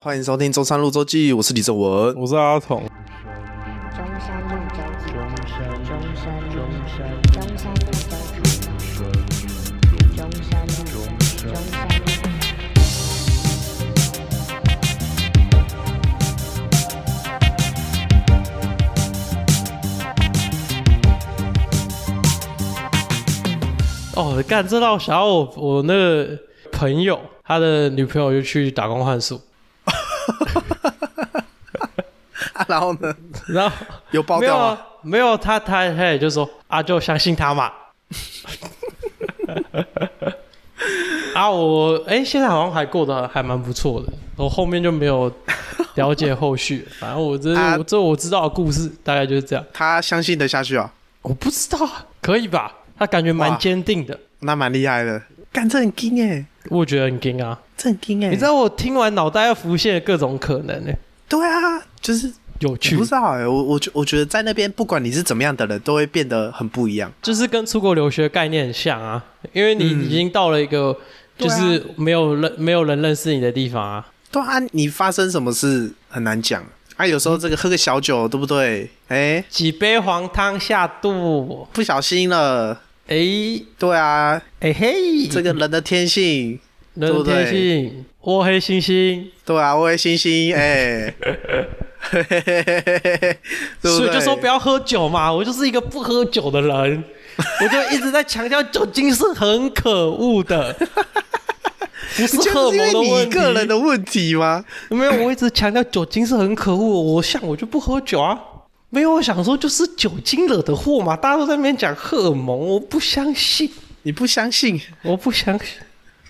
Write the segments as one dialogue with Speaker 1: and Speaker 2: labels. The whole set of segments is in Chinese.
Speaker 1: 欢迎收听《中山路周记》，我是李正文。
Speaker 2: 我是阿童，
Speaker 3: 中山路周记，中山路，
Speaker 4: 中
Speaker 3: 中山路周记，中山路，中山路，
Speaker 4: 哦，干这让我想到我我那个朋友，他的女朋友就去打工换宿，
Speaker 1: 啊 然后呢，
Speaker 4: 然后
Speaker 1: 有爆
Speaker 4: 没
Speaker 1: 掉
Speaker 4: 有
Speaker 1: 吗？
Speaker 4: 啊没有他他他也就说啊，就相信他嘛。 啊，我哎、现在好像还过得还蛮不错的，我后面就没有了解后续。反正我这、
Speaker 1: 啊
Speaker 4: 我这我知道的故事大概就是这样，
Speaker 1: 他相信得下去啊，
Speaker 4: 我不知道啊可以吧？他感觉
Speaker 1: 哇
Speaker 4: 蛮坚定的，
Speaker 1: 那蛮厉害的。干，这很硬哎、
Speaker 4: 我觉得很惊啊。
Speaker 1: 这很硬哎、
Speaker 4: 你知道我听完脑袋又浮现了各种可能呢、
Speaker 1: 对啊，就是
Speaker 4: 有
Speaker 1: 我
Speaker 4: 趣
Speaker 1: 不，知道哎、我我觉我觉得在那边，不管你是怎么样的人，都会变得很不一样。
Speaker 4: 就是跟出国留学概念很像啊，因为你
Speaker 1: 嗯
Speaker 4: 已经到了一个
Speaker 1: 对
Speaker 4: 就
Speaker 1: 啊
Speaker 4: 是没有人、没有人认识你的地方啊。
Speaker 1: 对啊，你发生什么事很难讲啊。有时候这个喝个小酒，对不对？哎、
Speaker 4: 嗯几杯黄汤下肚，
Speaker 1: 不小心了。
Speaker 4: 哎、
Speaker 1: 对啊，
Speaker 4: 哎、嘿，
Speaker 1: 这个人的天性，
Speaker 4: 人
Speaker 1: 对不
Speaker 4: 的
Speaker 1: 对
Speaker 4: 天性，窝黑猩猩，
Speaker 1: 对啊，我会星星， 哎、嘿嘿嘿嘿嘿嘿嘿，对不
Speaker 4: 所
Speaker 1: 对？
Speaker 4: 以就说不要喝酒嘛。我就是一个不喝酒 的人，我就一直在强调酒精是很可恶 的，不是荷
Speaker 1: 就
Speaker 4: 尔
Speaker 1: 是因为
Speaker 4: 蒙的
Speaker 1: 你
Speaker 4: 问题。
Speaker 1: 个人的问题吗？
Speaker 4: 没有，我一直强调酒精是很可恶。我像我就不喝酒啊，没有，我想说就是酒精惹的祸嘛。大家都在那边讲荷尔蒙，我不相信，
Speaker 1: 你不相信
Speaker 4: 我不相信。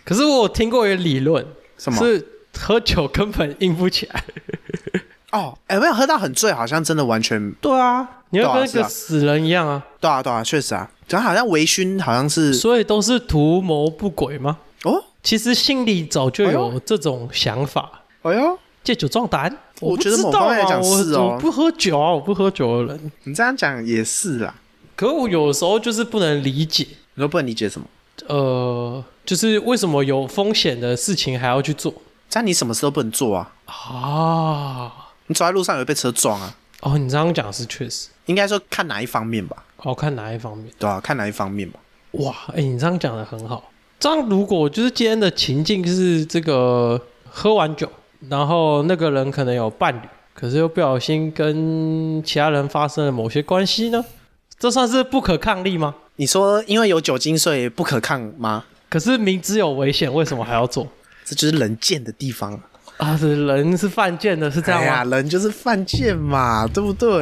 Speaker 4: 可是我有听过一个理论，
Speaker 1: 什么？
Speaker 4: 是喝酒根本硬不起来。
Speaker 1: 哦，哎、没有喝到很醉，好像真的完全
Speaker 4: 对啊，你
Speaker 1: 对啊
Speaker 4: 要跟
Speaker 1: 是啊
Speaker 4: 个死人一样啊，
Speaker 1: 对啊对啊，确实啊，然后好像微醺，好像是
Speaker 4: 所以都是图谋不轨吗？
Speaker 1: 哦，
Speaker 4: 其实心里早就
Speaker 1: 哎呦
Speaker 4: 有这种想法，
Speaker 1: 哎呦，
Speaker 4: 借酒壮胆。
Speaker 1: 我
Speaker 4: 不
Speaker 1: 觉得
Speaker 4: 知
Speaker 1: 某
Speaker 4: 道
Speaker 1: 方面来
Speaker 4: 啊
Speaker 1: 讲
Speaker 4: 我
Speaker 1: 是哦
Speaker 4: 我不喝酒啊，我不喝酒的人。
Speaker 1: 你这样讲也是啦，
Speaker 4: 可我有时候就是不能理解，
Speaker 1: 你都不能理解什么？
Speaker 4: 呃，就是为什么有风险的事情还要去做
Speaker 1: 这样你什么事都不能做啊，
Speaker 4: 啊？
Speaker 1: 你走在路上也会被车撞啊，
Speaker 4: 哦，你这样讲是确实，
Speaker 1: 应该说看哪一方面吧，
Speaker 4: 哦，看哪一方面？
Speaker 1: 对啊，看哪一方面吧，
Speaker 4: 哇，哎、你这样讲的很好。这样如果就是今天的情境是这个喝完酒，然后那个人可能有伴侣，可是又不小心跟其他人发生了某些关系呢，这算是不可抗力吗？
Speaker 1: 你说因为有酒精所以不可抗吗？
Speaker 4: 可是明知有危险，为什么还要做？
Speaker 1: 这就是人贱的地方，
Speaker 4: 啊，是人是犯贱的，是这样
Speaker 1: 哎呀，
Speaker 4: 吗？
Speaker 1: 人就是犯贱嘛，对不对？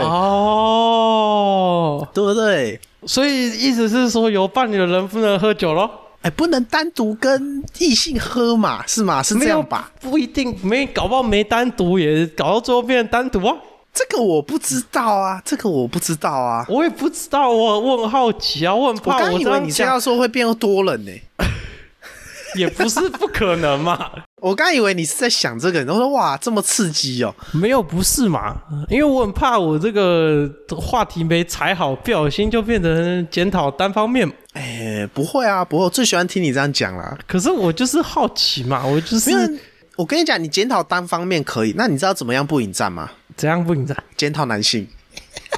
Speaker 4: 哦，
Speaker 1: 对不对？
Speaker 4: 所以意思是说，有伴侣的人不能喝酒咯？
Speaker 1: 哎、不能单独跟异性喝嘛，是吗？是这样吧？
Speaker 4: 没有？不一定，没搞不好没单独，也搞到最后变成单独啊！
Speaker 1: 这个我不知道啊，这个我不知道啊。
Speaker 4: 我也不知道，我我很好奇啊，我很
Speaker 1: 我
Speaker 4: 怕
Speaker 1: 刚以
Speaker 4: 这
Speaker 1: 为
Speaker 4: 样
Speaker 1: 你是要
Speaker 4: 讲
Speaker 1: 说会变多人呢、
Speaker 4: 也不是不可能嘛。
Speaker 1: 我刚以为你是在想这个，然后说哇这么刺激哦、
Speaker 4: 没有，不是嘛？因为我很怕我这个话题没踩好，不小心就变成检讨单方面。
Speaker 1: 哎、不会啊，不会，我最喜欢听你这样讲啦。
Speaker 4: 可是我就是好奇嘛，我就
Speaker 1: 没
Speaker 4: 是
Speaker 1: 有，我跟你讲，你检讨单方面可以，那你知道怎么样不引战吗？
Speaker 4: 怎样不引战，
Speaker 1: 检讨男 性，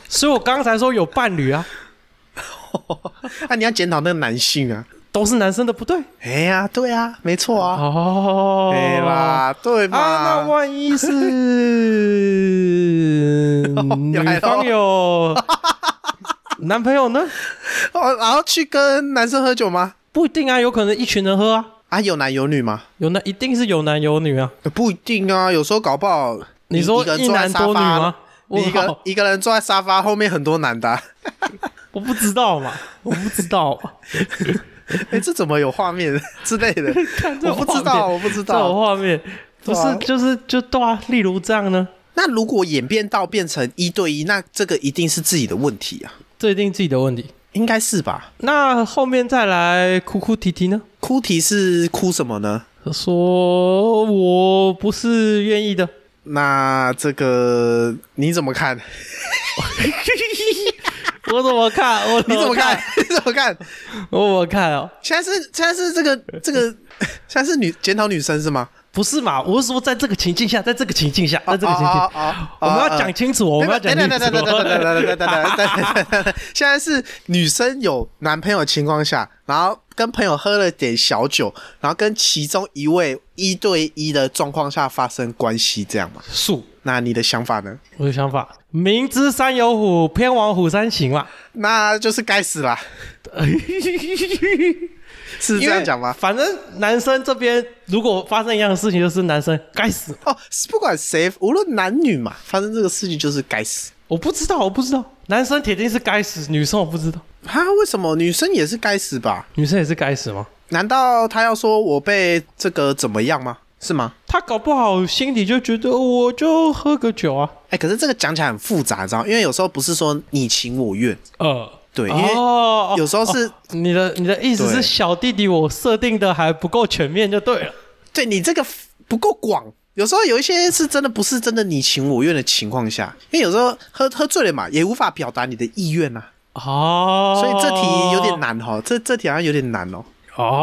Speaker 4: 所以我刚才说有伴侣啊，
Speaker 1: 那、啊你要检讨那个男性啊。
Speaker 4: 都是男生的不对
Speaker 1: 哎呀、对啊，没错啊，
Speaker 4: 哦。
Speaker 1: 对啦，对吧？
Speaker 4: 啊，那万一 是女方有男朋友呢？
Speaker 1: 哦，然后去跟男生喝酒吗？
Speaker 4: 不一定啊，有可能一群人喝啊，
Speaker 1: 啊，有男有女吗？
Speaker 4: 有男一定是有男有女啊。
Speaker 1: 不一定啊，有时候搞不好
Speaker 4: 你说
Speaker 1: 一个人
Speaker 4: 一
Speaker 1: 坐在
Speaker 4: 男
Speaker 1: 沙
Speaker 4: 多女
Speaker 1: 发
Speaker 4: 吗？
Speaker 1: 你一
Speaker 4: 我
Speaker 1: 个
Speaker 4: 靠
Speaker 1: 一个人坐在沙发后面很多男的啊、
Speaker 4: 我不知道嘛，我 不知道嘛，
Speaker 1: 哎、这怎么有画面 之类的？
Speaker 4: 看这
Speaker 1: 我
Speaker 4: 种
Speaker 1: 不知道，
Speaker 4: 画面
Speaker 1: 我不知
Speaker 4: 这种
Speaker 1: 道。
Speaker 4: 画面不
Speaker 1: 对
Speaker 4: 是
Speaker 1: 啊
Speaker 4: 就是就对啊，例如这样呢，
Speaker 1: 那如果演变到变成一对一，那这个一定是自己的问题啊，
Speaker 4: 这一定自己的问题。
Speaker 1: 应该是吧？
Speaker 4: 那后面再来哭哭啼啼呢？
Speaker 1: 哭题是哭什么呢？
Speaker 4: 说我不是愿意的，
Speaker 1: 那这个你怎么看？
Speaker 4: 我怎么看？我
Speaker 1: 你怎么看？？ 你怎么看？
Speaker 4: 我怎么看哦？
Speaker 1: 现在是现在是这个这个，现在是女检讨女生是吗？
Speaker 4: 不是嘛？我是说，在这个情境下，在这个情境下，在这个情境，
Speaker 1: 哦哦哦
Speaker 4: 我
Speaker 1: 哦
Speaker 4: 们
Speaker 1: 哦
Speaker 4: 要讲清楚，我们要讲清
Speaker 1: 等
Speaker 4: 楚。
Speaker 1: 等等等等等等等等等等等，现在是女生有男朋友情况下，然后跟朋友喝了点小酒，然后跟其中一位一对一的状况下发生关系，这样嘛？
Speaker 4: 树，
Speaker 1: 那你的想法呢？
Speaker 4: 我的想法，明知山有虎，偏往虎山行 嘛。
Speaker 1: 那就是该死啦，是这样讲吗？
Speaker 4: 反正男生这边如果发生一样的事情，就是男生该死。
Speaker 1: 哦，不管谁，无论男女嘛，发生这个事情就是该死。
Speaker 4: 我不知道，我不知道，男生铁定是该死，女生我不知道，
Speaker 1: 哈，为什么女生也是该死吧？
Speaker 4: 女生也是该死吗？
Speaker 1: 难道他要说我被这个怎么样吗？是吗？
Speaker 4: 他搞不好心里就觉得哦我就喝个酒啊，
Speaker 1: 哎、可是这个讲起来很复杂，你知道吗？因为有时候不是说你情我愿，
Speaker 4: 呃，
Speaker 1: 对，因为
Speaker 4: 哦，
Speaker 1: 有时候是、
Speaker 4: 你的你的意思是
Speaker 1: 对
Speaker 4: 小弟弟我设定的还不够全面就对了，
Speaker 1: 对你这个不够广。有时候有一些是真的不是真的你情我愿的情况下，因为有时候喝喝醉了嘛，也无法表达你的意愿呐、
Speaker 4: 哦，
Speaker 1: 所以这题有点难哈，这这题好像有点难 哦。我发现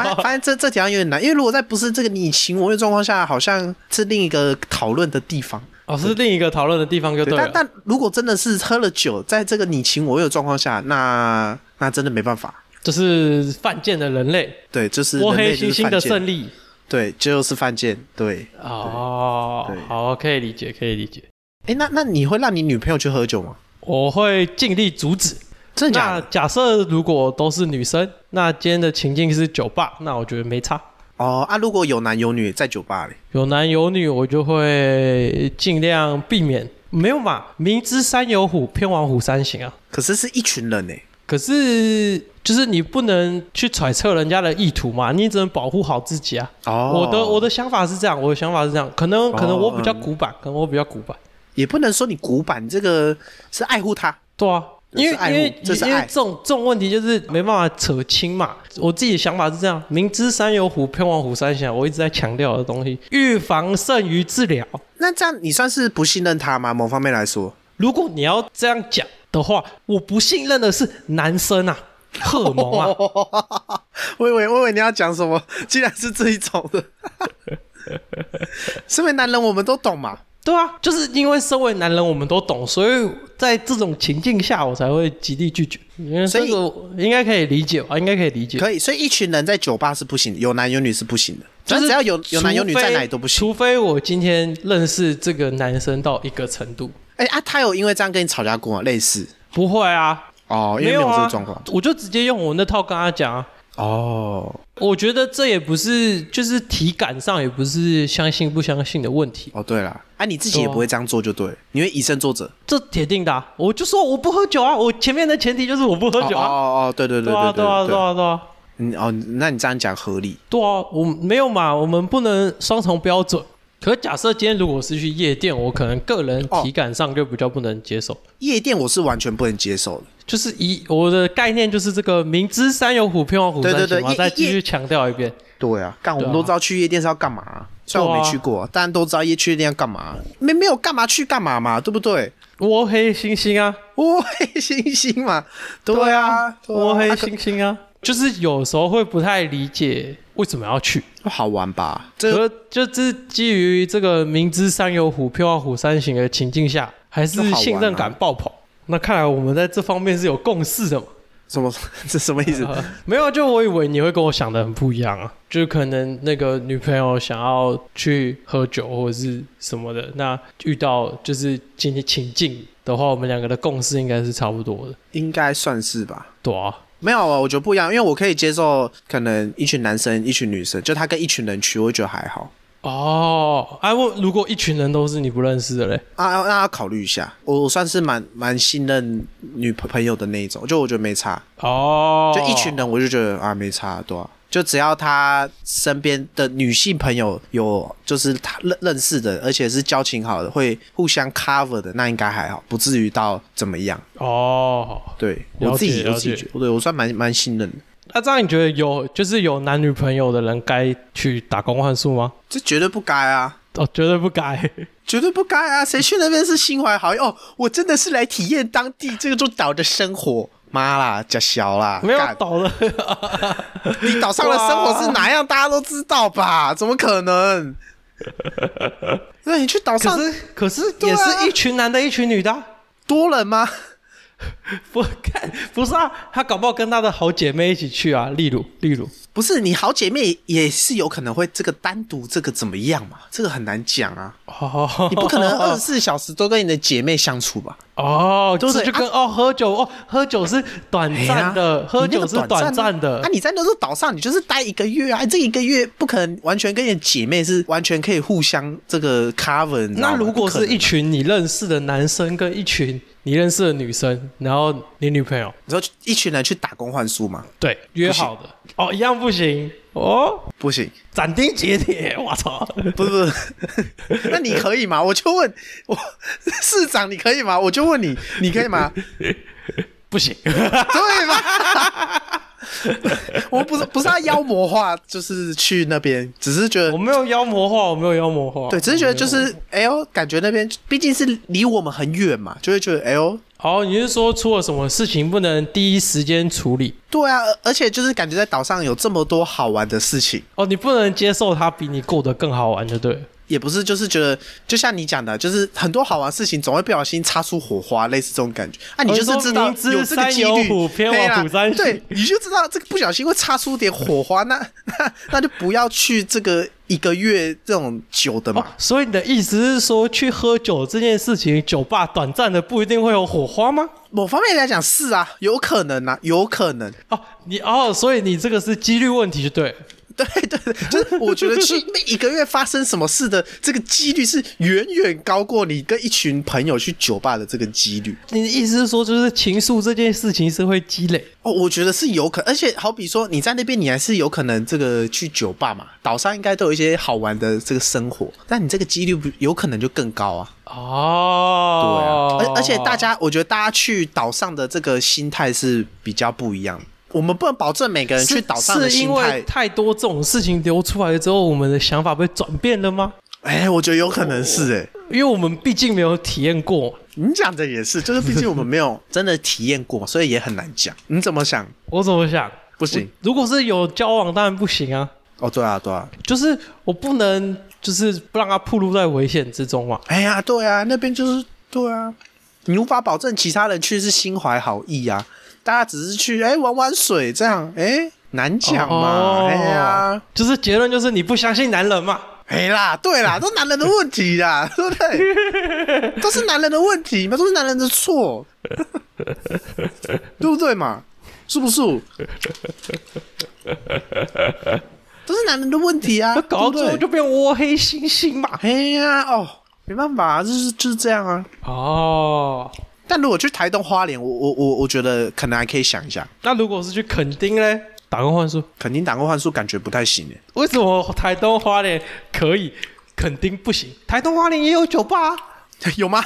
Speaker 4: 哦，
Speaker 1: 发现这这题好像有点难，因为如果在不是这个你情我愿状况下，好像是另一个讨论的地方。
Speaker 4: 哦是另一个讨论的地方就
Speaker 1: 对，
Speaker 4: 了
Speaker 1: 但，但如果真的是喝了酒，在这个你情我愿的状况下，那那真的没办法。
Speaker 4: 这是犯贱的人类，
Speaker 1: 对，就是
Speaker 4: 摸
Speaker 1: 人
Speaker 4: 黑
Speaker 1: 类
Speaker 4: 猩
Speaker 1: 就是
Speaker 4: 猩
Speaker 1: 犯
Speaker 4: 的
Speaker 1: 贱
Speaker 4: 胜利，
Speaker 1: 对，就是犯贱。对，
Speaker 4: 哦
Speaker 1: 对对，
Speaker 4: 好，可以理解，可以理解，
Speaker 1: 哎，那那你会让你女朋友去喝酒吗？
Speaker 4: 我会尽力阻止。
Speaker 1: 真的假
Speaker 4: 那
Speaker 1: 的？
Speaker 4: 假设如果都是女生，那今天的情境是酒吧，那我觉得没差。
Speaker 1: 哦啊，如果有男有女在酒吧里，
Speaker 4: 有男有女，我就会尽量避免。没有嘛，明知山有虎，偏往虎山行啊。
Speaker 1: 可是是一群人呢。
Speaker 4: 可是就是你不能去揣测人家的意图嘛，你只能保护好自己啊。
Speaker 1: 哦，
Speaker 4: 我的我的想法是这样，我的想法是这样，可能可能我比较
Speaker 1: 嗯
Speaker 4: 古板，可能我比较古板。
Speaker 1: 也不能说你古板，这个是爱护他。
Speaker 4: 对啊，因为
Speaker 1: 哦这是爱护
Speaker 4: 因为
Speaker 1: 这是
Speaker 4: 因为
Speaker 1: 爱
Speaker 4: 这种这种问题就是没办法扯清嘛。我自己的想法是这样：明知山有虎，偏往虎山行。我一直在强调的东西，预防胜于治疗。
Speaker 1: 那这样你算是不信任他吗？某方面来说，
Speaker 4: 如果你要这样讲的话，我不信任的是男生啊，荷尔蒙啊。
Speaker 1: 我以为我以为你要讲什么， 既然是这一种的， 身为男人我们都懂嘛。
Speaker 4: 对啊，就是因为身为男人，我们都懂，所以在这种情境下，我才会极力拒绝。因为这
Speaker 1: 所以
Speaker 4: 个应该可以理解吧？应该可以理解。
Speaker 1: 可以，所以一群人在酒吧是不行的，有男有女是不行的。
Speaker 4: 就
Speaker 1: 但
Speaker 4: 是
Speaker 1: 只要有有男有女在
Speaker 4: 除非
Speaker 1: 哪里都不行。
Speaker 4: 除非我今天认识这个男生到一个程度，
Speaker 1: 哎、啊，他有因为这样跟你吵架过吗？类似
Speaker 4: 不会啊，
Speaker 1: 哦，因为
Speaker 4: 有
Speaker 1: 有
Speaker 4: 啊
Speaker 1: 这个状况、
Speaker 4: 我就直接用我那套跟他讲啊。
Speaker 1: 哦
Speaker 4: 我觉得这也不是，就是体感上也不是相信不相信的问题，
Speaker 1: 哦，对了，啊，你自己也
Speaker 4: 对啊
Speaker 1: 不会这样做就对了，你会以身作则。
Speaker 4: 这铁定的啊、我就说我不喝酒啊，我前面的前提就是我不喝
Speaker 1: 哦
Speaker 4: 酒
Speaker 1: 哦
Speaker 4: 啊。
Speaker 1: 哦，对对对
Speaker 4: 对啊，
Speaker 1: 对
Speaker 4: 对啊，对
Speaker 1: 对，
Speaker 4: 啊，对啊，
Speaker 1: 嗯哦，那你这样讲合理
Speaker 4: 对啊，我没有嘛，我们不能双重标准。可假设今天如果是去夜店，我可能个人
Speaker 1: 哦
Speaker 4: 体感上就比较不能接受。
Speaker 1: 夜店我是完全不能接受的。
Speaker 4: 就是以我的概念就是这个明知山有虎，偏往虎山行嘛。
Speaker 1: 对对对夜
Speaker 4: 再继续强调一遍，
Speaker 1: 对啊，干我们都知道去夜店是要干嘛、虽
Speaker 4: 对啊
Speaker 1: 然我没去过，但都知道夜去夜店要干嘛，啊没没有干嘛去干嘛嘛，对不对？
Speaker 4: 摸黑猩猩啊，
Speaker 1: 我黑星星嘛，对啊，对啊
Speaker 4: 摸黑
Speaker 1: 啊可
Speaker 4: 猩猩啊，就是有时候会不太理解为什么要去。
Speaker 1: 好玩吧？这
Speaker 4: 可就是基于这个明知山有虎，偏往虎山行的情境下，还
Speaker 1: 这好
Speaker 4: 是
Speaker 1: 玩啊
Speaker 4: 信任感爆棚。那看来我们在这方面是有共识的嘛？
Speaker 1: 什么 这什么意思？
Speaker 4: 呃 没有，就我以为你会跟我想的很不一样啊，就是可能那个女朋友想要去喝酒或者是什么的，那遇到就是今天情境的话，我们两个的共识应该是差不多的，
Speaker 1: 应该算是吧。
Speaker 4: 对啊，
Speaker 1: 没有啊，我觉得不一样，因为我可以接受可能一群男生、一群女生，就他跟一群人去，我会觉得还好
Speaker 4: 哦，哎、我如果一群人都是你不认识的嘞，
Speaker 1: 啊。啊那要考虑一下，我我算是蛮蛮信任女朋朋友的那一种，就我觉得没差，
Speaker 4: 哦，
Speaker 1: 就一群人我就觉得啊没差，对啊。就只要他身边的女性朋友有，就是他认认识的，而且是交情好的，会互相 cover 的，那应该还好，不至于到怎么样。
Speaker 4: 哦，
Speaker 1: 对
Speaker 4: 了
Speaker 1: 我自己，
Speaker 4: 解
Speaker 1: 我
Speaker 4: 了
Speaker 1: 自己
Speaker 4: 解
Speaker 1: 觉得，对我算蛮蛮信任的。
Speaker 4: 那、这样你觉得有就是有男女朋友的人该去打工换宿吗？
Speaker 1: 这绝对不该啊，
Speaker 4: 哦，绝对不该，
Speaker 1: 绝对不该啊！谁去那边是心怀好意？哦，我真的是来体验当地这个座岛的生活，妈啦，假小啦，
Speaker 4: 没有
Speaker 1: 干
Speaker 4: 倒 了，
Speaker 1: 你岛上的生活是哪样，大家都知道
Speaker 4: 啊
Speaker 1: 吧？怎么可 能？那你去岛上
Speaker 4: 可 是可是
Speaker 1: 对
Speaker 4: 也
Speaker 1: 啊
Speaker 4: 是一群男的，一群女的啊、
Speaker 1: 多人吗？
Speaker 4: 不看不是啊，他搞不好跟他的好姐妹一起去啊，例如例如，
Speaker 1: 不是，你好姐妹也是有可能会这个单独这个怎么样嘛？这个很难讲啊，
Speaker 4: 哦，
Speaker 1: 你不可能二十四小时都跟你的姐妹相处吧？
Speaker 4: 哦，
Speaker 1: 对
Speaker 4: 就
Speaker 1: 不
Speaker 4: 是
Speaker 1: 对
Speaker 4: 就跟、哦喝酒哦喝酒是短暂的，
Speaker 1: 哎呀你
Speaker 4: 喝
Speaker 1: 那
Speaker 4: 酒
Speaker 1: 个
Speaker 4: 是短暂的
Speaker 1: 啊，，你在那座岛上，你就是待一个月啊，这一个月不可能完全跟你的姐妹是完全可以互相这个 cover 你知道吗。
Speaker 4: 那如果
Speaker 1: 不可
Speaker 4: 是
Speaker 1: 能
Speaker 4: 一群你认识的男生跟一群你认识的女生，然后你女朋友
Speaker 1: 你说一群人去打工换宿吗？
Speaker 4: 对约好的哦，一样不行哦，
Speaker 1: 不行，
Speaker 4: 斩钉截铁，我 操！
Speaker 1: 不是不是，那 你可以吗？我就问我市长，你可以吗？我就问你，你可以吗？
Speaker 4: 不行，
Speaker 1: 对吧？ 我不是不是要妖魔化，就是去那边，只是觉得
Speaker 4: 我没有妖魔化，我没有妖魔化。
Speaker 1: 对，只是觉得就是哎呦，感觉那边毕竟是离我们很远嘛，就会觉得哎呦，
Speaker 4: 哦，你是说出了什么事情不能第一时间处理？
Speaker 1: 对啊，而而且就是感觉在岛上有这么多好玩的事情，
Speaker 4: 哦，你不能接受他比你过得更好玩，就对了。
Speaker 1: 也不是就是觉得就像你讲的，就是很多好玩的事情总会不小心擦出火花，类似这种感觉啊，你就是知道
Speaker 4: 明知
Speaker 1: 有这个几
Speaker 4: 山有
Speaker 1: 率，
Speaker 4: 虎偏往
Speaker 1: 对啦
Speaker 4: 虎山行
Speaker 1: 对，你就知道这个不小心会擦出点火花，那 那那就不要去这个一个月这种久的嘛。
Speaker 4: 哦，所以你的意思是说，去喝酒这件事情，酒吧短暂的不一定会有火花吗？
Speaker 1: 某方面来讲是啊，有可能啊，有可能。
Speaker 4: 哦，你哦，所以你这个是几率问题，就对了。
Speaker 1: 对对对，就是我觉得去每一个月发生什么事的这个几率是远远高过你跟一群朋友去酒吧的这个几率。
Speaker 4: 你的意思是说，就是情愫这件事情是会积累？
Speaker 1: 哦，我觉得是有可，而且好比说你在那边，你还是有可能这个去酒吧嘛，岛上应该都有一些好玩的这个生活，但你这个几率不有可能就更高啊。
Speaker 4: 哦，
Speaker 1: 而而且大家，我觉得大家去岛上的这个心态是比较不一样的。我们不能保证每个人去
Speaker 4: 是
Speaker 1: 岛上的
Speaker 4: 是
Speaker 1: 心
Speaker 4: 因为
Speaker 1: 态，
Speaker 4: 太多这种事情流出来之后，我们的想法被转变了吗？
Speaker 1: 哎、我觉得有可能是哎、
Speaker 4: 因为我们毕竟没有体验过。
Speaker 1: 你讲的也是，就是毕竟我们没有真的体验过，所以也很难讲。 你怎么想？
Speaker 4: 我怎么想？
Speaker 1: 不行
Speaker 4: 如果是有交往，当然不行啊。
Speaker 1: 哦，对啊，对啊，
Speaker 4: 就是我不能，就是不让他暴露在危险之中嘛。
Speaker 1: 哎呀，对啊，那边就是对啊，你无法保证其他人去是心怀好意啊，大家只是去哎玩玩水这样，哎难讲嘛，
Speaker 4: 哦
Speaker 1: 哎呀，
Speaker 4: 就是结论就是你不相信男人嘛。
Speaker 1: 哎啦，对 啦，都男人的问题啦，对不对？都是男人的问题嘛，都是男人的 错，对不对嘛？是不是？都是男人的问题啊，
Speaker 4: 搞到
Speaker 1: 对
Speaker 4: 最
Speaker 1: 不
Speaker 4: 后
Speaker 1: 对
Speaker 4: 就变窝黑猩猩嘛。
Speaker 1: 哎呀，哦，没办法、啊，就是就是这样啊。
Speaker 4: 哦，
Speaker 1: 但如果去台东花莲，我我我我觉得可能还可以想一下，
Speaker 4: 那如果是去垦丁嘞，打工换宿，
Speaker 1: 肯定打工换宿感觉不太行耶
Speaker 4: 为什么台东花莲可以，垦丁不行？台东花莲也有酒吧、啊。
Speaker 1: 有吗？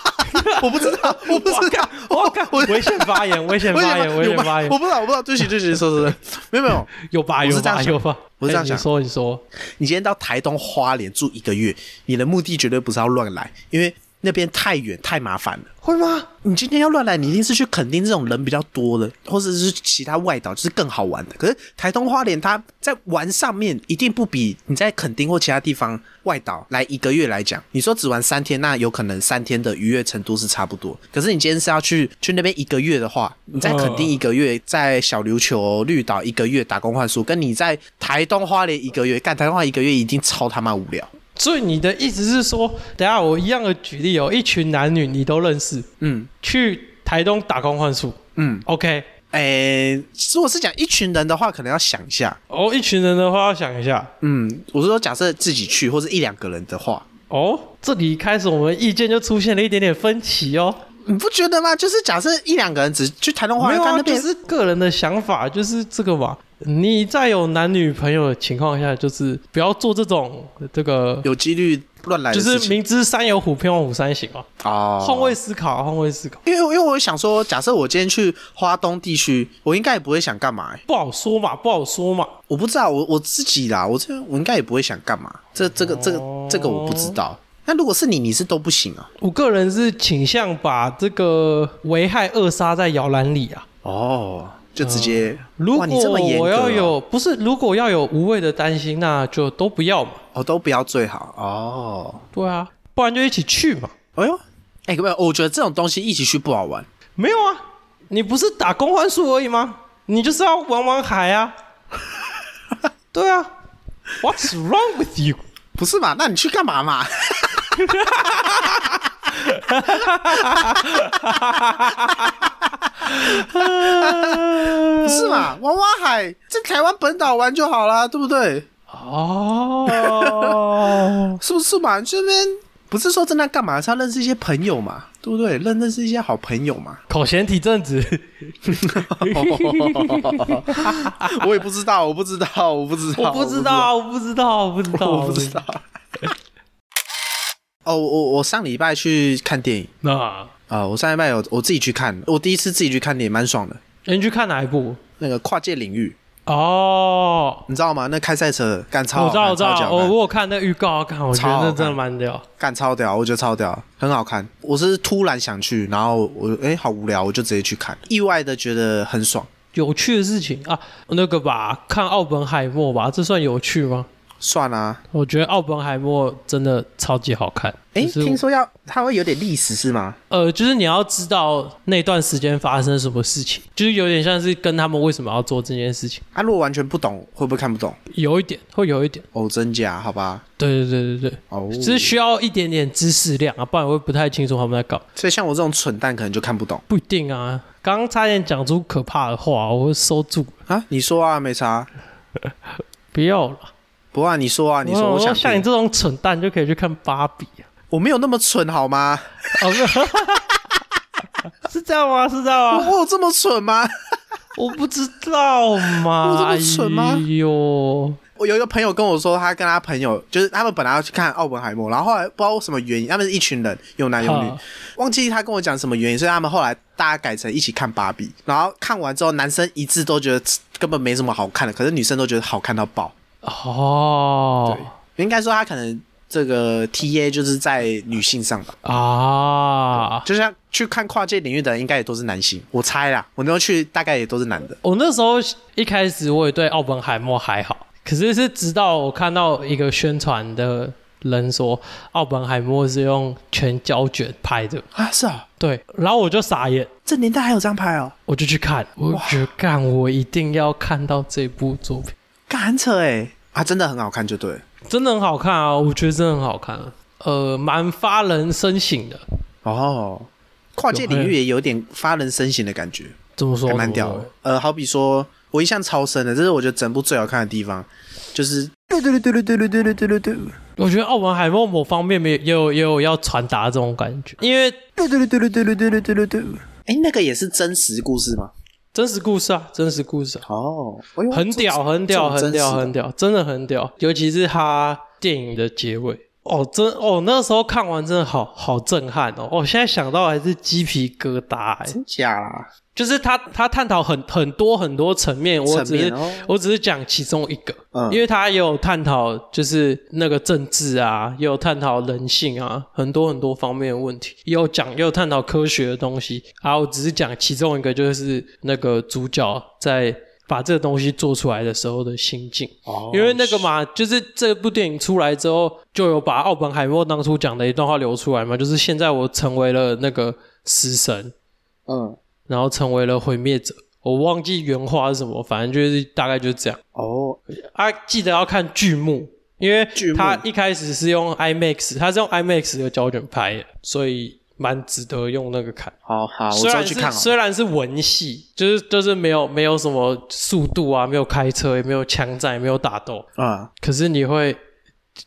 Speaker 1: 我不知道，我不知道，
Speaker 4: 我看
Speaker 1: 哦我
Speaker 4: 危险发言，危险
Speaker 1: 我
Speaker 4: 发言，危
Speaker 1: 有
Speaker 4: 险
Speaker 1: 吗
Speaker 4: 发？言
Speaker 1: 我，不知道，我不知道，对不起，对不起，说说说， 没有没有，
Speaker 4: 有吧？
Speaker 1: 我
Speaker 4: 有
Speaker 1: 是这样
Speaker 4: 吧？
Speaker 1: 想
Speaker 4: 有吧？
Speaker 1: 我是这样
Speaker 4: 哎
Speaker 1: 想
Speaker 4: 你说，你说，
Speaker 1: 你今天到台东花莲住一个月，你的目的绝对不是要乱来，因为那边太远太麻烦了。
Speaker 4: 会吗？
Speaker 1: 你今天要乱来，你一定是去垦丁这种人比较多的，或者是其他外岛，就是更好玩的。可是台东花莲，它在玩上面一定不比你在垦丁或其他地方外岛来一个月来讲，你说只玩三天，那有可能三天的愉悦程度是差不多。可是你今天是要去去那边一个月的话，你在垦丁一个月，在小琉球绿岛一个月打工换宿，跟你在台东花莲一个月干台东花莲一个月，一定超他妈无聊。
Speaker 4: 所以你的意思是说，等一下我一样的举例哦，一群男女你都认识，
Speaker 1: 嗯
Speaker 4: 去台东打工换宿
Speaker 1: 嗯，
Speaker 4: ，OK？
Speaker 1: 诶、如果是讲一群人的话，可能要想一下。
Speaker 4: 哦，一群人的话要想一下，
Speaker 1: 嗯，我是说，假设自己去或者一两个人的话，
Speaker 4: 哦，这里开始我们意见就出现了一点点分歧哦。
Speaker 1: 你不觉得吗？就是假设一两个人只去台东花
Speaker 4: 没
Speaker 1: 园，
Speaker 4: 有
Speaker 1: 但
Speaker 4: 啊，
Speaker 1: 那
Speaker 4: 就
Speaker 1: 边
Speaker 4: 是个人的想法，就是这个嘛。你在有男女朋友的情况下，就是不要做这种这个，
Speaker 1: 有几率乱来
Speaker 4: 就
Speaker 1: 的事
Speaker 4: 是
Speaker 1: 情
Speaker 4: 明知山有虎，偏往虎山行嘛。
Speaker 1: 哦。
Speaker 4: 换位思考，换位思考，
Speaker 1: 因为因为我想说，假设我今天去花东地区，我应该也不会想干嘛、欸。
Speaker 4: 不好说嘛，不好说嘛。
Speaker 1: 我不知道，我我自己啦，我这我应该也不会想干嘛。这这个这个
Speaker 4: 哦
Speaker 1: 这个我不知道。那如果是你，你是都不行啊？
Speaker 4: 我个人是倾向把这个危害扼杀在摇篮里啊。
Speaker 1: 哦，就直接，
Speaker 4: 啊如
Speaker 1: 哇
Speaker 4: 果
Speaker 1: 你这么严格
Speaker 4: 我
Speaker 1: 哦
Speaker 4: 要有不是，如果要有无谓的担心，那就都不要嘛。
Speaker 1: 哦，都不要最好哦。
Speaker 4: 对啊，不然就一起去嘛。
Speaker 1: 哎呦，哎、不，我觉得这种东西一起去不好玩。
Speaker 4: 没有啊，你不是打工换宿而已吗？你就是要玩玩 海啊。对啊，What's wrong with you？
Speaker 1: 不是嘛？那你去干嘛嘛？
Speaker 4: 嗯
Speaker 1: 不是嘛？玩玩海，在台湾本岛玩就好啦，对不对？
Speaker 4: 哦，
Speaker 1: 是不是嘛？你这边不是说真的干嘛，是要认识一些朋友嘛，对不对？认认识一些好朋友 嘛。
Speaker 4: 口嫌体正直，
Speaker 1: 我也不知道，我不知道，我不知道，
Speaker 4: 我不知道，我不知道，我不知道，
Speaker 1: 我不知 道。。哦，我我上礼拜去看电影
Speaker 4: 那
Speaker 1: 啊、我上礼拜有我自己去看，我第一次自己去看电影，蛮爽的。
Speaker 4: 你去看哪一部？
Speaker 1: 那个跨界领域，
Speaker 4: 哦，
Speaker 1: 你知道吗？那开赛车干超
Speaker 4: 我
Speaker 1: 好
Speaker 4: 知道，
Speaker 1: 看，
Speaker 4: 我知
Speaker 1: 超
Speaker 4: 道，我
Speaker 1: 级好
Speaker 4: 我有看那预告，看我觉
Speaker 1: 超好
Speaker 4: 得那
Speaker 1: 看
Speaker 4: 真的蛮屌。
Speaker 1: 看干超屌，我觉得超屌，很好看。我是突然想去，然后我哎、诶好无聊，我就直接去看，意外的觉得很爽，
Speaker 4: 有趣的事情啊，那个吧，看奥本海默吧，这算有趣吗？
Speaker 1: 算啊。
Speaker 4: 我觉得奥本海默真的超级好看。
Speaker 1: 哎、
Speaker 4: 就是
Speaker 1: 听说要它会有点历史是吗？
Speaker 4: 呃，就是你要知道那段时间发生什么事情，就是有点像是跟他们为什么要做这件事情，
Speaker 1: 啊，如果完全不懂，会不会看不懂？
Speaker 4: 有一点会有一点，
Speaker 1: 哦，真假？好吧，
Speaker 4: 对对对对对，
Speaker 1: 哦，
Speaker 4: 只是需要一点点知识量啊，不然会不太清楚他们在搞。
Speaker 1: 所以像我这种蠢蛋，可能就看不懂
Speaker 4: 不一定啊，刚刚差点讲出可怕的话，我会收住，
Speaker 1: 啊。你说啊，没差，
Speaker 4: 不要了。
Speaker 1: 不啊，你说啊，你说，
Speaker 4: 哦我
Speaker 1: 我想
Speaker 4: 像你
Speaker 1: 听，
Speaker 4: 这种蠢蛋就可以去看芭比啊，
Speaker 1: 我没有那么蠢好吗？
Speaker 4: 哦没有是这样吗？是这样
Speaker 1: 我
Speaker 4: 吗？
Speaker 1: 哦我有这么蠢吗？
Speaker 4: 我不知道嘛，
Speaker 1: 我这么蠢吗
Speaker 4: 哎呦，
Speaker 1: 我有一个朋友跟我说，他跟他朋友就是他们本来要去看奥本海默，然后后来不知道什么原因，他们是一群人，有男有女
Speaker 4: 哈，
Speaker 1: 忘记他跟我讲什么原因，所以他们后来大家改成一起看芭比，然后看完之后，男生一致都觉得根本没什么好看的，可是女生都觉得好看到爆。
Speaker 4: 哦，
Speaker 1: 应该说他可能这个 T A 就是在女性上吧，
Speaker 4: 啊，
Speaker 1: 就像去看跨界领域的人，应该也都是男性，我猜啦，我那时候去大概也都是男的。
Speaker 4: 我那时候一开始我也对奥本海默还好，可是是直到我看到一个宣传的人说奥本海默是用全胶卷拍的，
Speaker 1: 啊，是啊、
Speaker 4: 对，然后我就傻眼。
Speaker 1: 这年代还有这样拍哦，
Speaker 4: 我就去看，我
Speaker 1: 哇
Speaker 4: 觉得干，我一定要看到这部作品，
Speaker 1: 干很扯哎，啊，真的很好看就对了。
Speaker 4: 真的很好看啊！我觉得真的很好看、啊，呃，蛮发人深省的。
Speaker 1: 哦，跨界领
Speaker 4: 有
Speaker 1: 域也有点发人深省的感觉，
Speaker 4: 怎么说？
Speaker 1: 还蛮
Speaker 4: 怎么
Speaker 1: 屌
Speaker 4: 说
Speaker 1: 的。呃，好比说，我印象超深的，这是我觉得整部最好看的地方，就是对对对对对对对对对对
Speaker 4: 我觉得奥本海默某方面没有也有也有要传达这种感觉，因为
Speaker 1: 对对对对对对对对对对对。哎，那个也是真实故事吗？
Speaker 4: 真实故事啊，真实故事、啊，
Speaker 1: 哦，哎呦
Speaker 4: 很屌，很屌，
Speaker 1: 这
Speaker 4: 很
Speaker 1: 种真实
Speaker 4: 屌，
Speaker 1: 的
Speaker 4: 很屌，真的很屌。尤其是他电影的结尾，哦，真哦，那时候看完真的好好震撼哦！我、现在想到还是鸡皮疙瘩、哎，
Speaker 1: 真假啊啦？
Speaker 4: 就是他他探讨很很多很多层面，我
Speaker 1: 层
Speaker 4: 只是、
Speaker 1: 面哦
Speaker 4: 我只是讲其中一个，
Speaker 1: 嗯
Speaker 4: 因为他也有探讨就是那个政治啊，也有探讨人性啊，很多很多方面的问题，也有讲也有探讨科学的东西啊。我只是讲其中一个，就是那个主角在把这个东西做出来的时候的心境。
Speaker 1: 哦
Speaker 4: 因为那个嘛，就是这部电影出来之后，就有把奥本海默当初讲的一段话流出来嘛，就是现在我成为了那个死神，
Speaker 1: 嗯，
Speaker 4: 然后成为了毁灭者。我忘记原话是什么，反正就是大概就是这样。
Speaker 1: 哦，
Speaker 4: 啊，记得要看剧目，因为
Speaker 1: 剧目
Speaker 4: 他一开始是用 IMAX，他是用 IMAX 的胶卷拍的，所以蛮值得用那个看。
Speaker 1: 好好，我
Speaker 4: 虽
Speaker 1: 之后
Speaker 4: 然
Speaker 1: 去
Speaker 4: 是
Speaker 1: 看哦。
Speaker 4: 虽然是文戏，就是就是没有没有什么速度啊，没有开车，也没有枪战，也没有打斗，
Speaker 1: 啊
Speaker 4: 可是你会，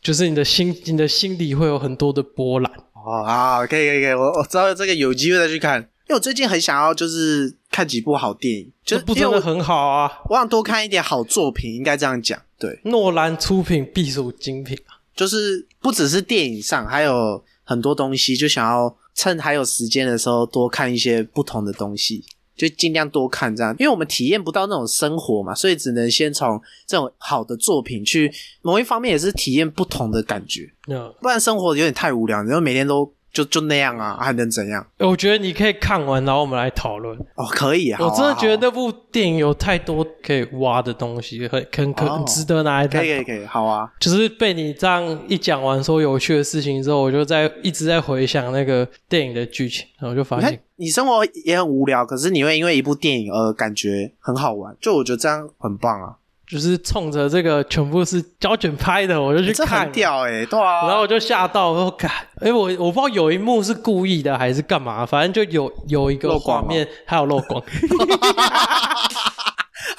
Speaker 4: 就是你的心你的心里会有很多的波澜。
Speaker 1: 哦啊，可以可以可以，我我知道这个有机会再去看，因为我最近很想要就是看几部好电影，就
Speaker 4: 这
Speaker 1: 是
Speaker 4: 部
Speaker 1: 因为
Speaker 4: 真
Speaker 1: 我
Speaker 4: 的很好啊，
Speaker 1: 我想多看一点好作品，应该这样讲。对，
Speaker 4: 诺兰出品必属精品啊。
Speaker 1: 就是不只是电影上，还有很多东西，就想要趁还有时间的时候多看一些不同的东西，就尽量多看这样，因为我们体验不到那种生活嘛，所以只能先从这种好的作品去某一方面也是体验不同的感觉，
Speaker 4: 那
Speaker 1: 不然生活有点太无聊，然后每天都。就就那样啊，还能怎样？
Speaker 4: 我觉得你可以看完，然后我们来讨论。
Speaker 1: 哦，可以啊，好
Speaker 4: 我
Speaker 1: 啊
Speaker 4: 真的觉
Speaker 1: 好
Speaker 4: 得
Speaker 1: 啊
Speaker 4: 那部电影有太多可以挖的东西，很很可很
Speaker 1: 哦
Speaker 4: 值得拿来探
Speaker 1: 可以可
Speaker 4: 讨
Speaker 1: 以。可以，好啊，
Speaker 4: 就是被你这样一讲完说有趣的事情之后，我就在一直在回想那个电影的剧情，然后就发
Speaker 1: 你看
Speaker 4: 现，
Speaker 1: 哎你生活也很无聊，可是你会因为一部电影而感觉很好玩，就我觉得这样很棒啊，
Speaker 4: 就是冲着这个全部是胶卷拍的，我就去
Speaker 1: 这
Speaker 4: 看
Speaker 1: 很
Speaker 4: 了。
Speaker 1: 屌哎、对啊，
Speaker 4: 然后我就吓到，我说：“嘎，哎，我我不知道有一幕是故意的还是干嘛，反正就有有一个
Speaker 1: 漏光
Speaker 4: 画
Speaker 1: 吗
Speaker 4: 面，还有漏 光，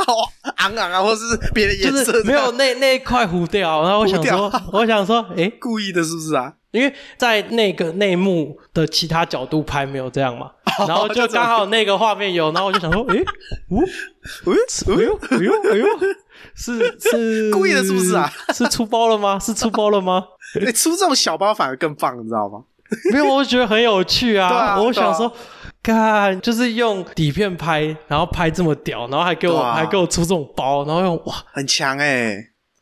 Speaker 1: 好昂昂啊，或是别的颜
Speaker 4: 就
Speaker 1: 色
Speaker 4: 是没有那那一块糊掉。然后我想
Speaker 1: 糊
Speaker 4: 说，我想说，哎，
Speaker 1: 故意的，是不是啊？
Speaker 4: 因为在那个内幕的其他角度拍没有这 样嘛，然后就刚好那个画面有，然后我就想说，诶，哦，
Speaker 1: 哎
Speaker 4: 哎呦，哎呦，哎呦，是 是
Speaker 1: 故意的是不是啊？
Speaker 4: 是出包了吗？是出包了 吗？
Speaker 1: 哎，出这种小包反而更棒，你知道吗？
Speaker 4: 没有，我就觉得很有趣啊，
Speaker 1: 对啊
Speaker 4: 我想
Speaker 1: 对啊
Speaker 4: 说。干，就是用底片拍，然后拍这么屌，然后还给我、
Speaker 1: 对啊
Speaker 4: 还给我出这种包，然后用哇，
Speaker 1: 很强哎、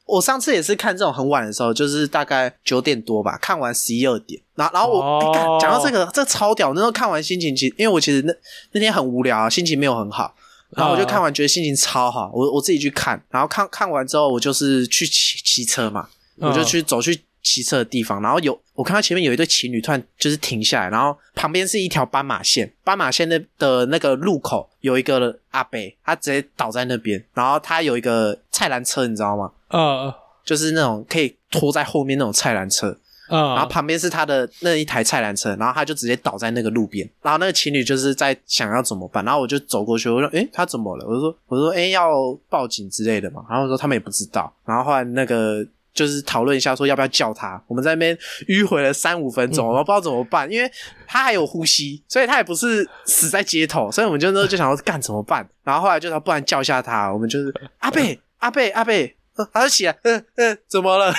Speaker 1: 我上次也是看这种很晚的时候，就是大概九点多吧，看完十一二点。然后，然后我哎干
Speaker 4: 哦
Speaker 1: 讲、到这个，这超屌！那时候看完心情其实，因为我其实那那天很无聊、啊，心情没有很好。然后我就看完，觉得心情超好。我我自己去看，然后看看完之后，我就是去骑骑车嘛，
Speaker 4: 嗯
Speaker 1: 我就去走去骑车的地方，然后有我看到前面有一对情侣突然就是停下来，然后旁边是一条斑马线，斑马线那的那个路口有一个阿伯，他直接倒在那边，然后他有一个菜篮车，你知道吗？
Speaker 4: 呃
Speaker 1: 就是那种可以拖在后面那种菜篮车，
Speaker 4: 呃，
Speaker 1: 然后旁边是他的那一台菜篮车，然后他就直接倒在那个路边，然后那个情侣就是在想要怎么办，然后我就走过去，我说：“诶，他怎么了？”我就说：“我说，诶，要报警之类的嘛。”然后说他们也不知道，然后后来那个就是讨论一下说要不要叫他，我们在那边迂回了三五分钟，我不知道怎么办，因为他还有呼吸，所以他也不是死在街头，所以我们就那时候就想说干怎么办，然后后来就说不然叫一下他，我们就是阿贝阿贝阿贝。呃他就起来，嗯嗯，怎么了？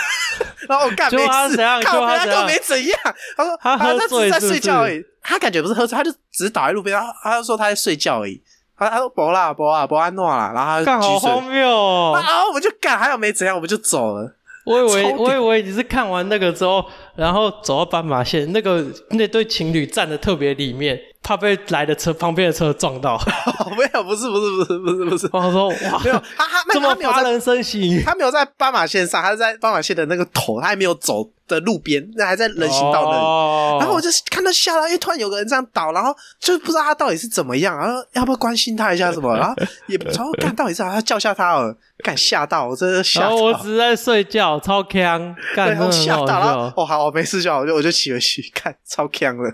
Speaker 1: 然后我干
Speaker 4: 就
Speaker 1: 没
Speaker 4: 他
Speaker 1: 事，
Speaker 4: 怎样
Speaker 1: 看
Speaker 4: 就
Speaker 1: 我
Speaker 4: 他
Speaker 1: 他
Speaker 4: 怎
Speaker 1: 都
Speaker 4: 样
Speaker 1: 没怎样。他说
Speaker 4: 他
Speaker 1: 啊
Speaker 4: 喝
Speaker 1: 只是
Speaker 4: 醉
Speaker 1: 在
Speaker 4: 是不
Speaker 1: 睡觉
Speaker 4: 是
Speaker 1: 而已，他感觉不是喝醉，他就只是倒在路边，他他就说他在睡觉而已。他他说博啦博啦博安诺啦，然后他
Speaker 4: 干
Speaker 1: 就
Speaker 4: 好
Speaker 1: 举
Speaker 4: 荒
Speaker 1: 手，
Speaker 4: 谬哦！
Speaker 1: 然后我们就干，还有没怎样，我们就走了。
Speaker 4: 我以为
Speaker 1: 超
Speaker 4: 我以为你是看完那个之后，然后走到斑马线，那个那对情侣站的特别里面，怕被来的车旁边的车撞到。
Speaker 1: 没有，不是不是不是不是不是，
Speaker 4: 然后说哇，
Speaker 1: 没有，他他那
Speaker 4: 这
Speaker 1: 他
Speaker 4: 么
Speaker 1: 没有
Speaker 4: 发
Speaker 1: 在
Speaker 4: 人深省。
Speaker 1: 他没有在斑马线上，他是在斑马线的那个头，他还没有走的路边，那还在人行道那里。
Speaker 4: 里
Speaker 1: 然后我就看到吓到，因为突然有个人这样倒，然后就不知道他到底是怎么样，然后要不要关心他一下 什么，然后也不知道看到底是他叫下他了，敢吓到我，真的吓
Speaker 4: 然
Speaker 1: 到，
Speaker 4: 后哦我只是在睡觉，超强，
Speaker 1: 对，
Speaker 4: 干
Speaker 1: 我
Speaker 4: 真
Speaker 1: 吓
Speaker 4: 的
Speaker 1: 到，
Speaker 4: 很
Speaker 1: 然
Speaker 4: 好
Speaker 1: 后
Speaker 4: 笑。
Speaker 1: 哦好，我没事就好，我就我就骑回去，看超强的，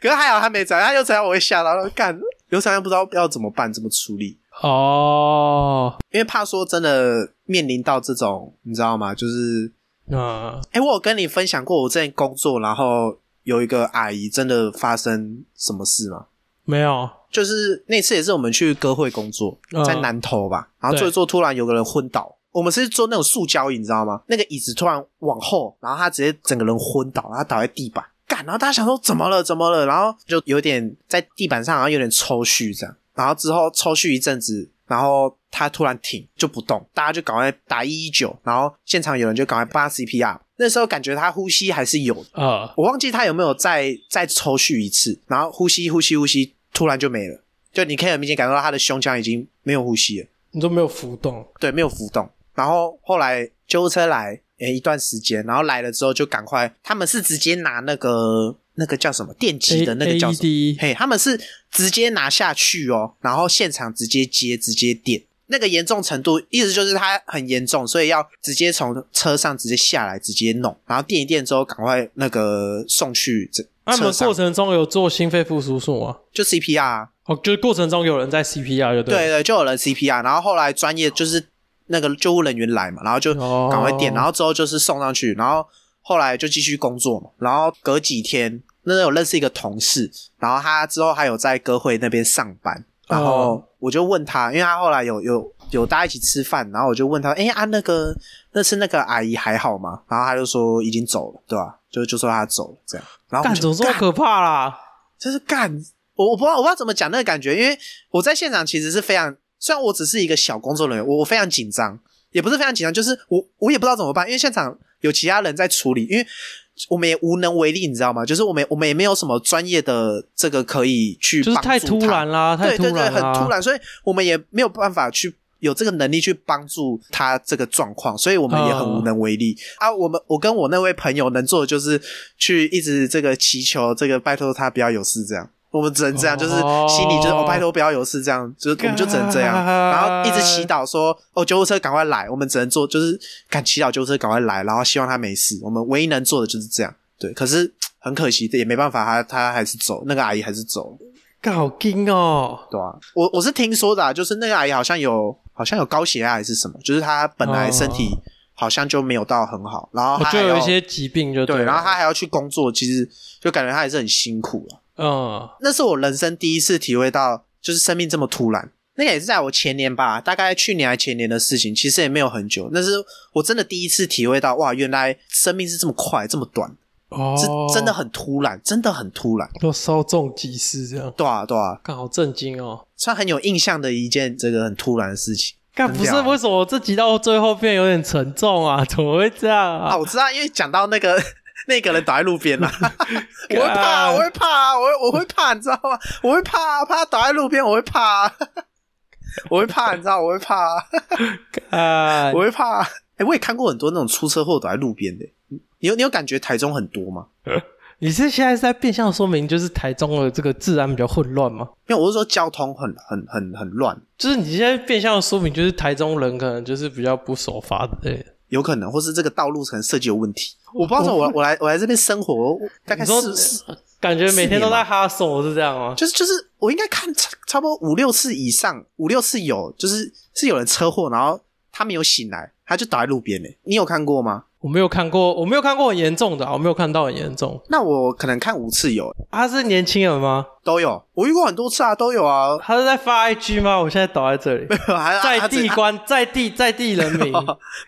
Speaker 1: 可是还好他没怎样，他又怎样我会吓到，然后干有怎样不知道要怎么办，怎么处理。
Speaker 4: 哦，
Speaker 1: 因为怕说真的面临到这种，你知道吗？就是，
Speaker 4: 嗯，
Speaker 1: 哎、我有跟你分享过我之前工作，然后有一个阿姨真的发生什么事吗？
Speaker 4: 没有，
Speaker 1: 就是那次也是我们去歌会工作，
Speaker 4: 嗯
Speaker 1: 在南投吧，然后
Speaker 4: 对
Speaker 1: 坐一坐，突然有个人昏倒。我们是坐那种塑胶椅，你知道吗？那个椅子突然往后，然后他直接整个人昏倒，然后他倒在地板。干，然后大家想说怎么了？怎么了？然后就有点在地板上，然后有点抽搐这样。然后之后抽搐一阵子，然后他突然停就不动，大家就赶快打一一九，然后现场有人就赶快帮他 CPR。那时候感觉他呼吸还是有的
Speaker 4: 呃，
Speaker 1: 我忘记他有没有再再抽蓄一次，然后呼吸呼吸呼吸，突然就没了。就你可以很明显感受到他的胸腔已经没有呼吸了，
Speaker 4: 你都没有浮动，
Speaker 1: 对，没有浮动。然后后来救护车来，诶、一段时间，然后来了之后就赶快，他们是直接拿那个那个叫什么电击
Speaker 4: A E
Speaker 1: 的那个叫什么？
Speaker 4: AED
Speaker 1: 嘿，他们是直接拿下去哦，然后现场直接接直接点。那个严重程度，意思就是它很严重，所以要直接从车上直接下来，直接弄，然后电一电之后，赶快那个送去这
Speaker 4: 那你
Speaker 1: 车
Speaker 4: 们
Speaker 1: 上
Speaker 4: 过程中有做心肺复苏术吗？
Speaker 1: 就 CPR，啊
Speaker 4: 哦，就是过程中有人在 CPR 就
Speaker 1: 对
Speaker 4: 了。
Speaker 1: 对，就有人 CPR，然后后来专业就是那个救护人员来嘛，然后就
Speaker 4: 哦
Speaker 1: 赶快点，然后之后就是送上去，然后后来就继续工作嘛，然后隔几天，那时候有认识一个同事，然后他之后还有在歌会那边上班，然
Speaker 4: 哦
Speaker 1: 后我就问他，因为他后来有有有大家一起吃饭，然后我就问他，哎、啊那个那次那个阿姨还好吗？然后他就说已经走了，对吧、就就说他走了这样，然后我
Speaker 4: 干，
Speaker 1: 就
Speaker 4: 怎么这么
Speaker 1: 干
Speaker 4: 可怕啦？
Speaker 1: 就是干，我我不知道我不知道怎么讲那个感觉，因为我在现场其实是非常，虽然我只是一个小工作人员，我我非常紧张，也不是非常紧张，就是我我也不知道怎么办，因为现场有其他人在处理，因为我们也无能为力，你知道吗？就是我们我们也没有什么专业的这个可以去
Speaker 4: 就是
Speaker 1: 帮
Speaker 4: 太
Speaker 1: 助
Speaker 4: 突
Speaker 1: 他
Speaker 4: 然啦，太
Speaker 1: 对
Speaker 4: 突
Speaker 1: 对对，
Speaker 4: 然
Speaker 1: 很
Speaker 4: 啦，
Speaker 1: 突然，所以我们也没有办法去有这个能力去帮助他这个状况，所以我们也
Speaker 4: 嗯
Speaker 1: 很无能为力、啊。我们我跟我那位朋友能做的就是去一直这个祈求，这个拜托他不要有事这样。我们只能这样，就是
Speaker 4: 哦
Speaker 1: 心里就是哦，拜托不要有事，这样就是我们就只能这样，然后一直祈祷说哦，救护车赶快来，我们只能做就是赶祈祷救护车赶快来，然后希望他没事。我们唯一能做的就是这样，对。可是很可惜，这也没办法，他他还是走，那个阿姨还是走了。
Speaker 4: 干好惊哦。
Speaker 1: 对啊，我我是听说的、啊，就是那个阿姨好像有好像有高血压还是什么，就是她本来身体好像就没有到很好，然后
Speaker 4: 我
Speaker 1: 她
Speaker 4: 哦就
Speaker 1: 哦还
Speaker 4: 有
Speaker 1: 要
Speaker 4: 一些疾病就
Speaker 1: 对，
Speaker 4: 了
Speaker 1: 然后她还要去工作，其实就感觉她也是很辛苦了、
Speaker 4: 嗯，
Speaker 1: 那是我人生第一次体会到，就是生命这么突然。那个也是在我前年吧，大概去年还前年的事情，其实也没有很久。但是我真的第一次体会到，哇，原来生命是这么快，这么短，
Speaker 4: 哦，
Speaker 1: 是真的很突然，真的很突然。
Speaker 4: 都稍纵即逝这样，
Speaker 1: 对啊，对啊，
Speaker 4: 干好震惊哦。
Speaker 1: 算很有印象的一件这个很突然的啊事情。
Speaker 4: 干
Speaker 1: 很
Speaker 4: 不是
Speaker 1: 屌
Speaker 4: 为什么这集到最后变有点沉重啊？ 怎么会这样
Speaker 1: 啊，
Speaker 4: 啊？
Speaker 1: 我知道，因为讲到那个那个人倒在路边了， 我会怕啊，
Speaker 4: 干
Speaker 1: 我会怕啊，我会我会怕，你知道吗？我会怕啊，怕他倒在路边，我会怕 啊，我会怕，你知道，我会怕啊，
Speaker 4: 啊，
Speaker 1: 我会怕啊。哎、我也看过很多那种出车祸倒在路边的，你有你有感觉台中很多吗？
Speaker 4: 你是现在是在变相说明，就是台中的这个治安比较混乱吗？
Speaker 1: 因为我是说交通很很很很乱，
Speaker 4: 就是你现在变相说明，就是台中人可能就是比较不守法之类的。
Speaker 1: 有可能，或是这个道路可能设计有问题。我不知道为什么我我来我来这边生活，我大概
Speaker 4: 你说
Speaker 1: 四四
Speaker 4: 感觉每天都
Speaker 1: 四年吗
Speaker 4: 在哈手是这样吗？
Speaker 1: 就是就是我应该看差差不多五六次以上，五六次有，就是是有人车祸，然后他没有醒来，他就倒在路边嘞。你有看过吗？
Speaker 4: 我没有看过，我没有看过很严重的、啊，我没有看到很严重。
Speaker 1: 那我可能看五次有，
Speaker 4: 啊他是年轻人吗？
Speaker 1: 都有，我遇过很多次啊，都有啊，
Speaker 4: 他是在发 IG 吗？我现在倒在这里，
Speaker 1: 还啊
Speaker 4: 在地
Speaker 1: 观
Speaker 4: 官，在地在地人民。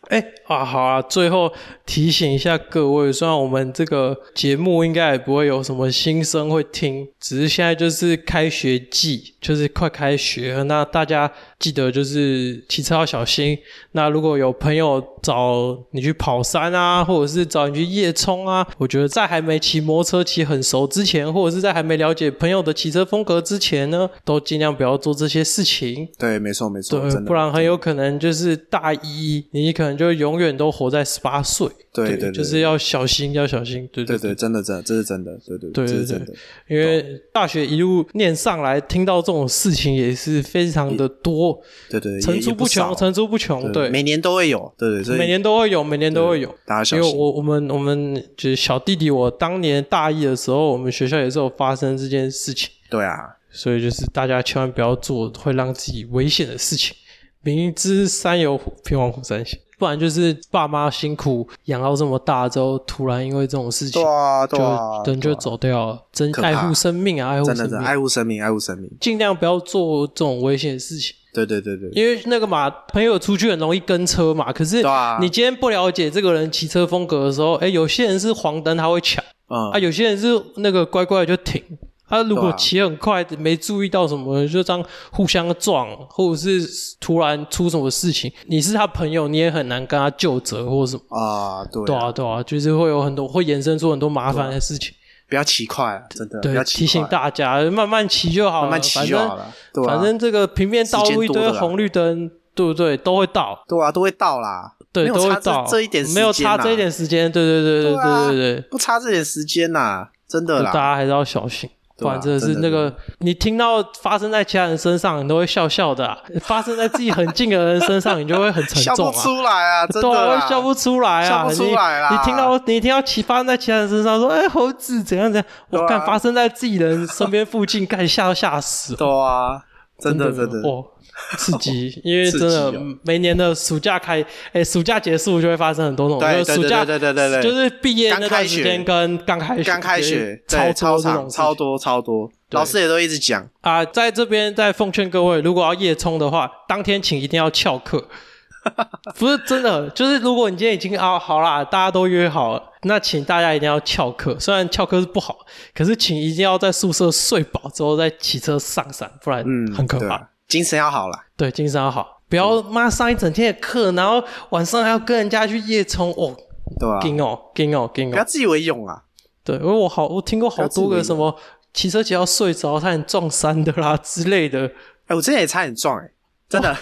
Speaker 4: 哎、啊，好啊，最后提醒一下各位，虽然我们这个节目应该也不会有什么新生会听，只是现在就是开学季，就是快开学了，那大家记得就是骑车要小心。那如果有朋友找你去跑山啊，或者是找你去夜冲啊，我觉得在还没骑摩托车骑很熟之前，或者是在还没了解朋友的骑车风格之前呢，都尽量不要做这些事情。
Speaker 1: 对，没错没错，
Speaker 4: 对，
Speaker 1: 真的，
Speaker 4: 不然很有可能就是大一，你可能就永远都活在十八岁。
Speaker 1: 对对对
Speaker 4: 就是要小心，要小心。对
Speaker 1: 对
Speaker 4: 对
Speaker 1: 对，真的真的，这是真的，对对
Speaker 4: 对
Speaker 1: 这
Speaker 4: 对
Speaker 1: 是
Speaker 4: 对
Speaker 1: 真的。
Speaker 4: 因为大学一路念上来，听到这种事情也是非常的多，
Speaker 1: 对对，也
Speaker 4: 层出
Speaker 1: 也不
Speaker 4: 穷，
Speaker 1: 少
Speaker 4: 层出不穷。对，
Speaker 1: 每年都会有，对对，所以
Speaker 4: 每年都会有，每年都会有。
Speaker 1: 大家小
Speaker 4: 因为
Speaker 1: 心，
Speaker 4: 我我们我们就是小弟弟，我当年大一的时候，我们学校也是有发生这件事情。
Speaker 1: 对啊，
Speaker 4: 所以就是大家千万不要做会让自己危险的事情。明知山有虎，偏往虎山行。不然就是爸妈辛苦养到这么大之后，突然因为这种事情
Speaker 1: 对，啊对啊，
Speaker 4: 就人
Speaker 1: 对
Speaker 4: 就
Speaker 1: 啊，
Speaker 4: 走掉了。真
Speaker 1: 可怕
Speaker 4: 爱护生命啊，爱护
Speaker 1: 真的
Speaker 4: 生
Speaker 1: 真的
Speaker 4: 命，
Speaker 1: 爱护生命，爱护生命，
Speaker 4: 尽量不要做这种危险的事情。
Speaker 1: 对对对对，
Speaker 4: 因为那个嘛，朋友出去很容易跟车嘛。可是
Speaker 1: 对啊
Speaker 4: 你今天不了解这个人骑车风格的时候，哎，有些人是黄灯他会抢。
Speaker 1: 嗯
Speaker 4: 啊，有些人是那个乖乖的就停，他、如
Speaker 1: 对
Speaker 4: 果
Speaker 1: 啊
Speaker 4: 骑很快，没注意到什么，就这样互相撞，或者是突然出什么事情，你是他朋友，你也很难跟他就责或什么。
Speaker 1: 啊，对
Speaker 4: 对
Speaker 1: 啊
Speaker 4: 啊，对啊，就是会有很多会衍生出很多麻烦的事情。
Speaker 1: 不要骑快啊，真的不
Speaker 4: 对
Speaker 1: 要，骑
Speaker 4: 提醒
Speaker 1: 快
Speaker 4: 大家慢慢骑就好了，
Speaker 1: 慢慢骑就好了，对
Speaker 4: 反正、
Speaker 1: 啊，
Speaker 4: 反正这个平面道
Speaker 1: 时间
Speaker 4: 路一
Speaker 1: 多
Speaker 4: 堆
Speaker 1: 的啦
Speaker 4: 红绿灯，对不对？都会到，
Speaker 1: 对啊，都会到啦，
Speaker 4: 对，
Speaker 1: 没有
Speaker 4: 都会
Speaker 1: 差这
Speaker 4: 到。
Speaker 1: 这一点时
Speaker 4: 没有
Speaker 1: 间啊
Speaker 4: 差
Speaker 1: 啦
Speaker 4: 这一点时间，对对对
Speaker 1: 对啊
Speaker 4: 对对对。
Speaker 1: 不差这点时间呐，真的
Speaker 4: 就
Speaker 1: 啦，
Speaker 4: 大家还是要小心，
Speaker 1: 对
Speaker 4: 不
Speaker 1: 啊
Speaker 4: 然真的是
Speaker 1: 真的
Speaker 4: 那个你听到发生在其他人身上，你都会笑笑的啊、 发生在自己很近的人身上，你就会很沉
Speaker 1: 笑
Speaker 4: 重
Speaker 1: 不
Speaker 4: 啊。
Speaker 1: 出来啊，真
Speaker 4: 对
Speaker 1: 的
Speaker 4: 啊，
Speaker 1: 啦，
Speaker 4: 笑不出来啊！
Speaker 1: 笑不出来啦
Speaker 4: 你你听到你听到其发生在其他人身上，说哎猴子怎样怎样，
Speaker 1: 对
Speaker 4: 我
Speaker 1: 啊
Speaker 4: 看发生在自己人身边附近，干吓都吓死了，
Speaker 1: 对啊，真的真的，
Speaker 4: 哇，哦刺 激！因为
Speaker 1: 刺
Speaker 4: 真
Speaker 1: 激
Speaker 4: 的
Speaker 1: 哦
Speaker 4: 每年的暑假开，哎，暑假结束就会发生很多那
Speaker 1: 对
Speaker 4: 种，就是
Speaker 1: 对
Speaker 4: 暑假
Speaker 1: 对对对对对
Speaker 4: 就是毕业那
Speaker 1: 刚开
Speaker 4: 段
Speaker 1: 学
Speaker 4: 时间跟刚开学
Speaker 1: 刚开学
Speaker 4: 就是
Speaker 1: 对
Speaker 4: 超
Speaker 1: 超
Speaker 4: 多这
Speaker 1: 长
Speaker 4: 种
Speaker 1: 超
Speaker 4: 事情
Speaker 1: 多超多，老师也都一直讲，
Speaker 4: 啊，在这边再奉劝各位，如果要夜冲的话，当天请一定要翘课。 不是真的，就是如果你今天已经啊好啦，大家都约好了，那请大家一定要翘课。虽然翘课是不好，可是请一定要在宿舍睡饱之后再骑车上山，不然
Speaker 1: 嗯，
Speaker 4: 很可
Speaker 1: 对
Speaker 4: 怕。
Speaker 1: 啊，精神要好啦，
Speaker 4: 对，精神要好，不要妈上一整天的课，然后晚上还要跟人家去夜冲，哦，
Speaker 1: 对吧、
Speaker 4: 劲哦劲哦劲
Speaker 1: 啊不要
Speaker 4: 哦，
Speaker 1: 自以为勇啊！
Speaker 4: 对，因为我好我听过
Speaker 1: 不
Speaker 4: 好
Speaker 1: 要自以
Speaker 4: 多个
Speaker 1: 为
Speaker 4: 什么骑车骑到睡着差点撞山的啦之类的，
Speaker 1: 哎、我之前也差点撞、哎，真的，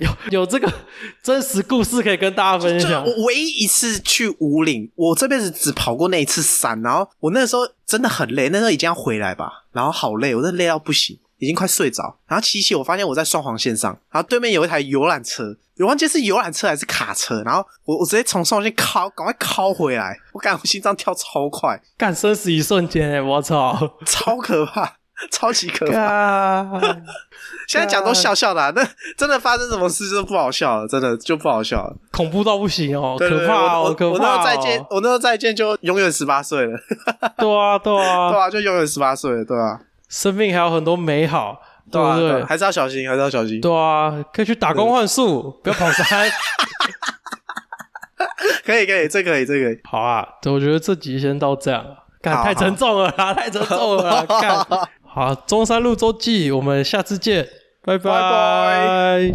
Speaker 4: 有有这个 真实故事可以跟大家分
Speaker 1: 就是
Speaker 4: 享。
Speaker 1: 我唯一一次去五岭，我这辈子只跑过那一次山，然后我那时候真的很累，那时候已经要回来吧，然后好累，我真的累到不行，已经快睡着。然后骑一骑，我发现我在双黄线上，然后对面有一台游览车，我忘记是游览车还是卡车，然后我我直接从双黄线靠，赶快靠回来，我感觉我心脏跳超快，
Speaker 4: 干生死一瞬间、欸，我操！
Speaker 1: 超可怕。超级可
Speaker 4: 啊
Speaker 1: 怕！啊
Speaker 4: 干，
Speaker 1: 现在讲都笑笑的、啊，那真的发生什么事就不好笑了，真的就不好笑了。
Speaker 4: 恐怖到不行哦、
Speaker 1: 对对
Speaker 4: 可
Speaker 1: 对
Speaker 4: 怕
Speaker 1: 我
Speaker 4: 哦、
Speaker 1: 我
Speaker 4: 可
Speaker 1: 我那时
Speaker 4: 怕、
Speaker 1: 候
Speaker 4: 哦！
Speaker 1: 再见，我那时候再见就永远十八岁了。
Speaker 4: 对啊，对
Speaker 1: 对
Speaker 4: 啊，
Speaker 1: 啊，就永远十八岁了，对啊，
Speaker 4: 生命还有很多美好，对
Speaker 1: 啊，
Speaker 4: 不
Speaker 1: 对啊
Speaker 4: 对？
Speaker 1: 还是要小心，还是要小心。
Speaker 4: 对啊，可以去打工换宿，不要跑山。
Speaker 1: 可以，可以，这可以，这可以。
Speaker 4: 好啊，对我觉得这集先到这样，啊干
Speaker 1: 好
Speaker 4: 太沉重了啦， 太沉重了啦，干。好，中山路周记，我们下次见，拜
Speaker 1: 拜
Speaker 4: 拜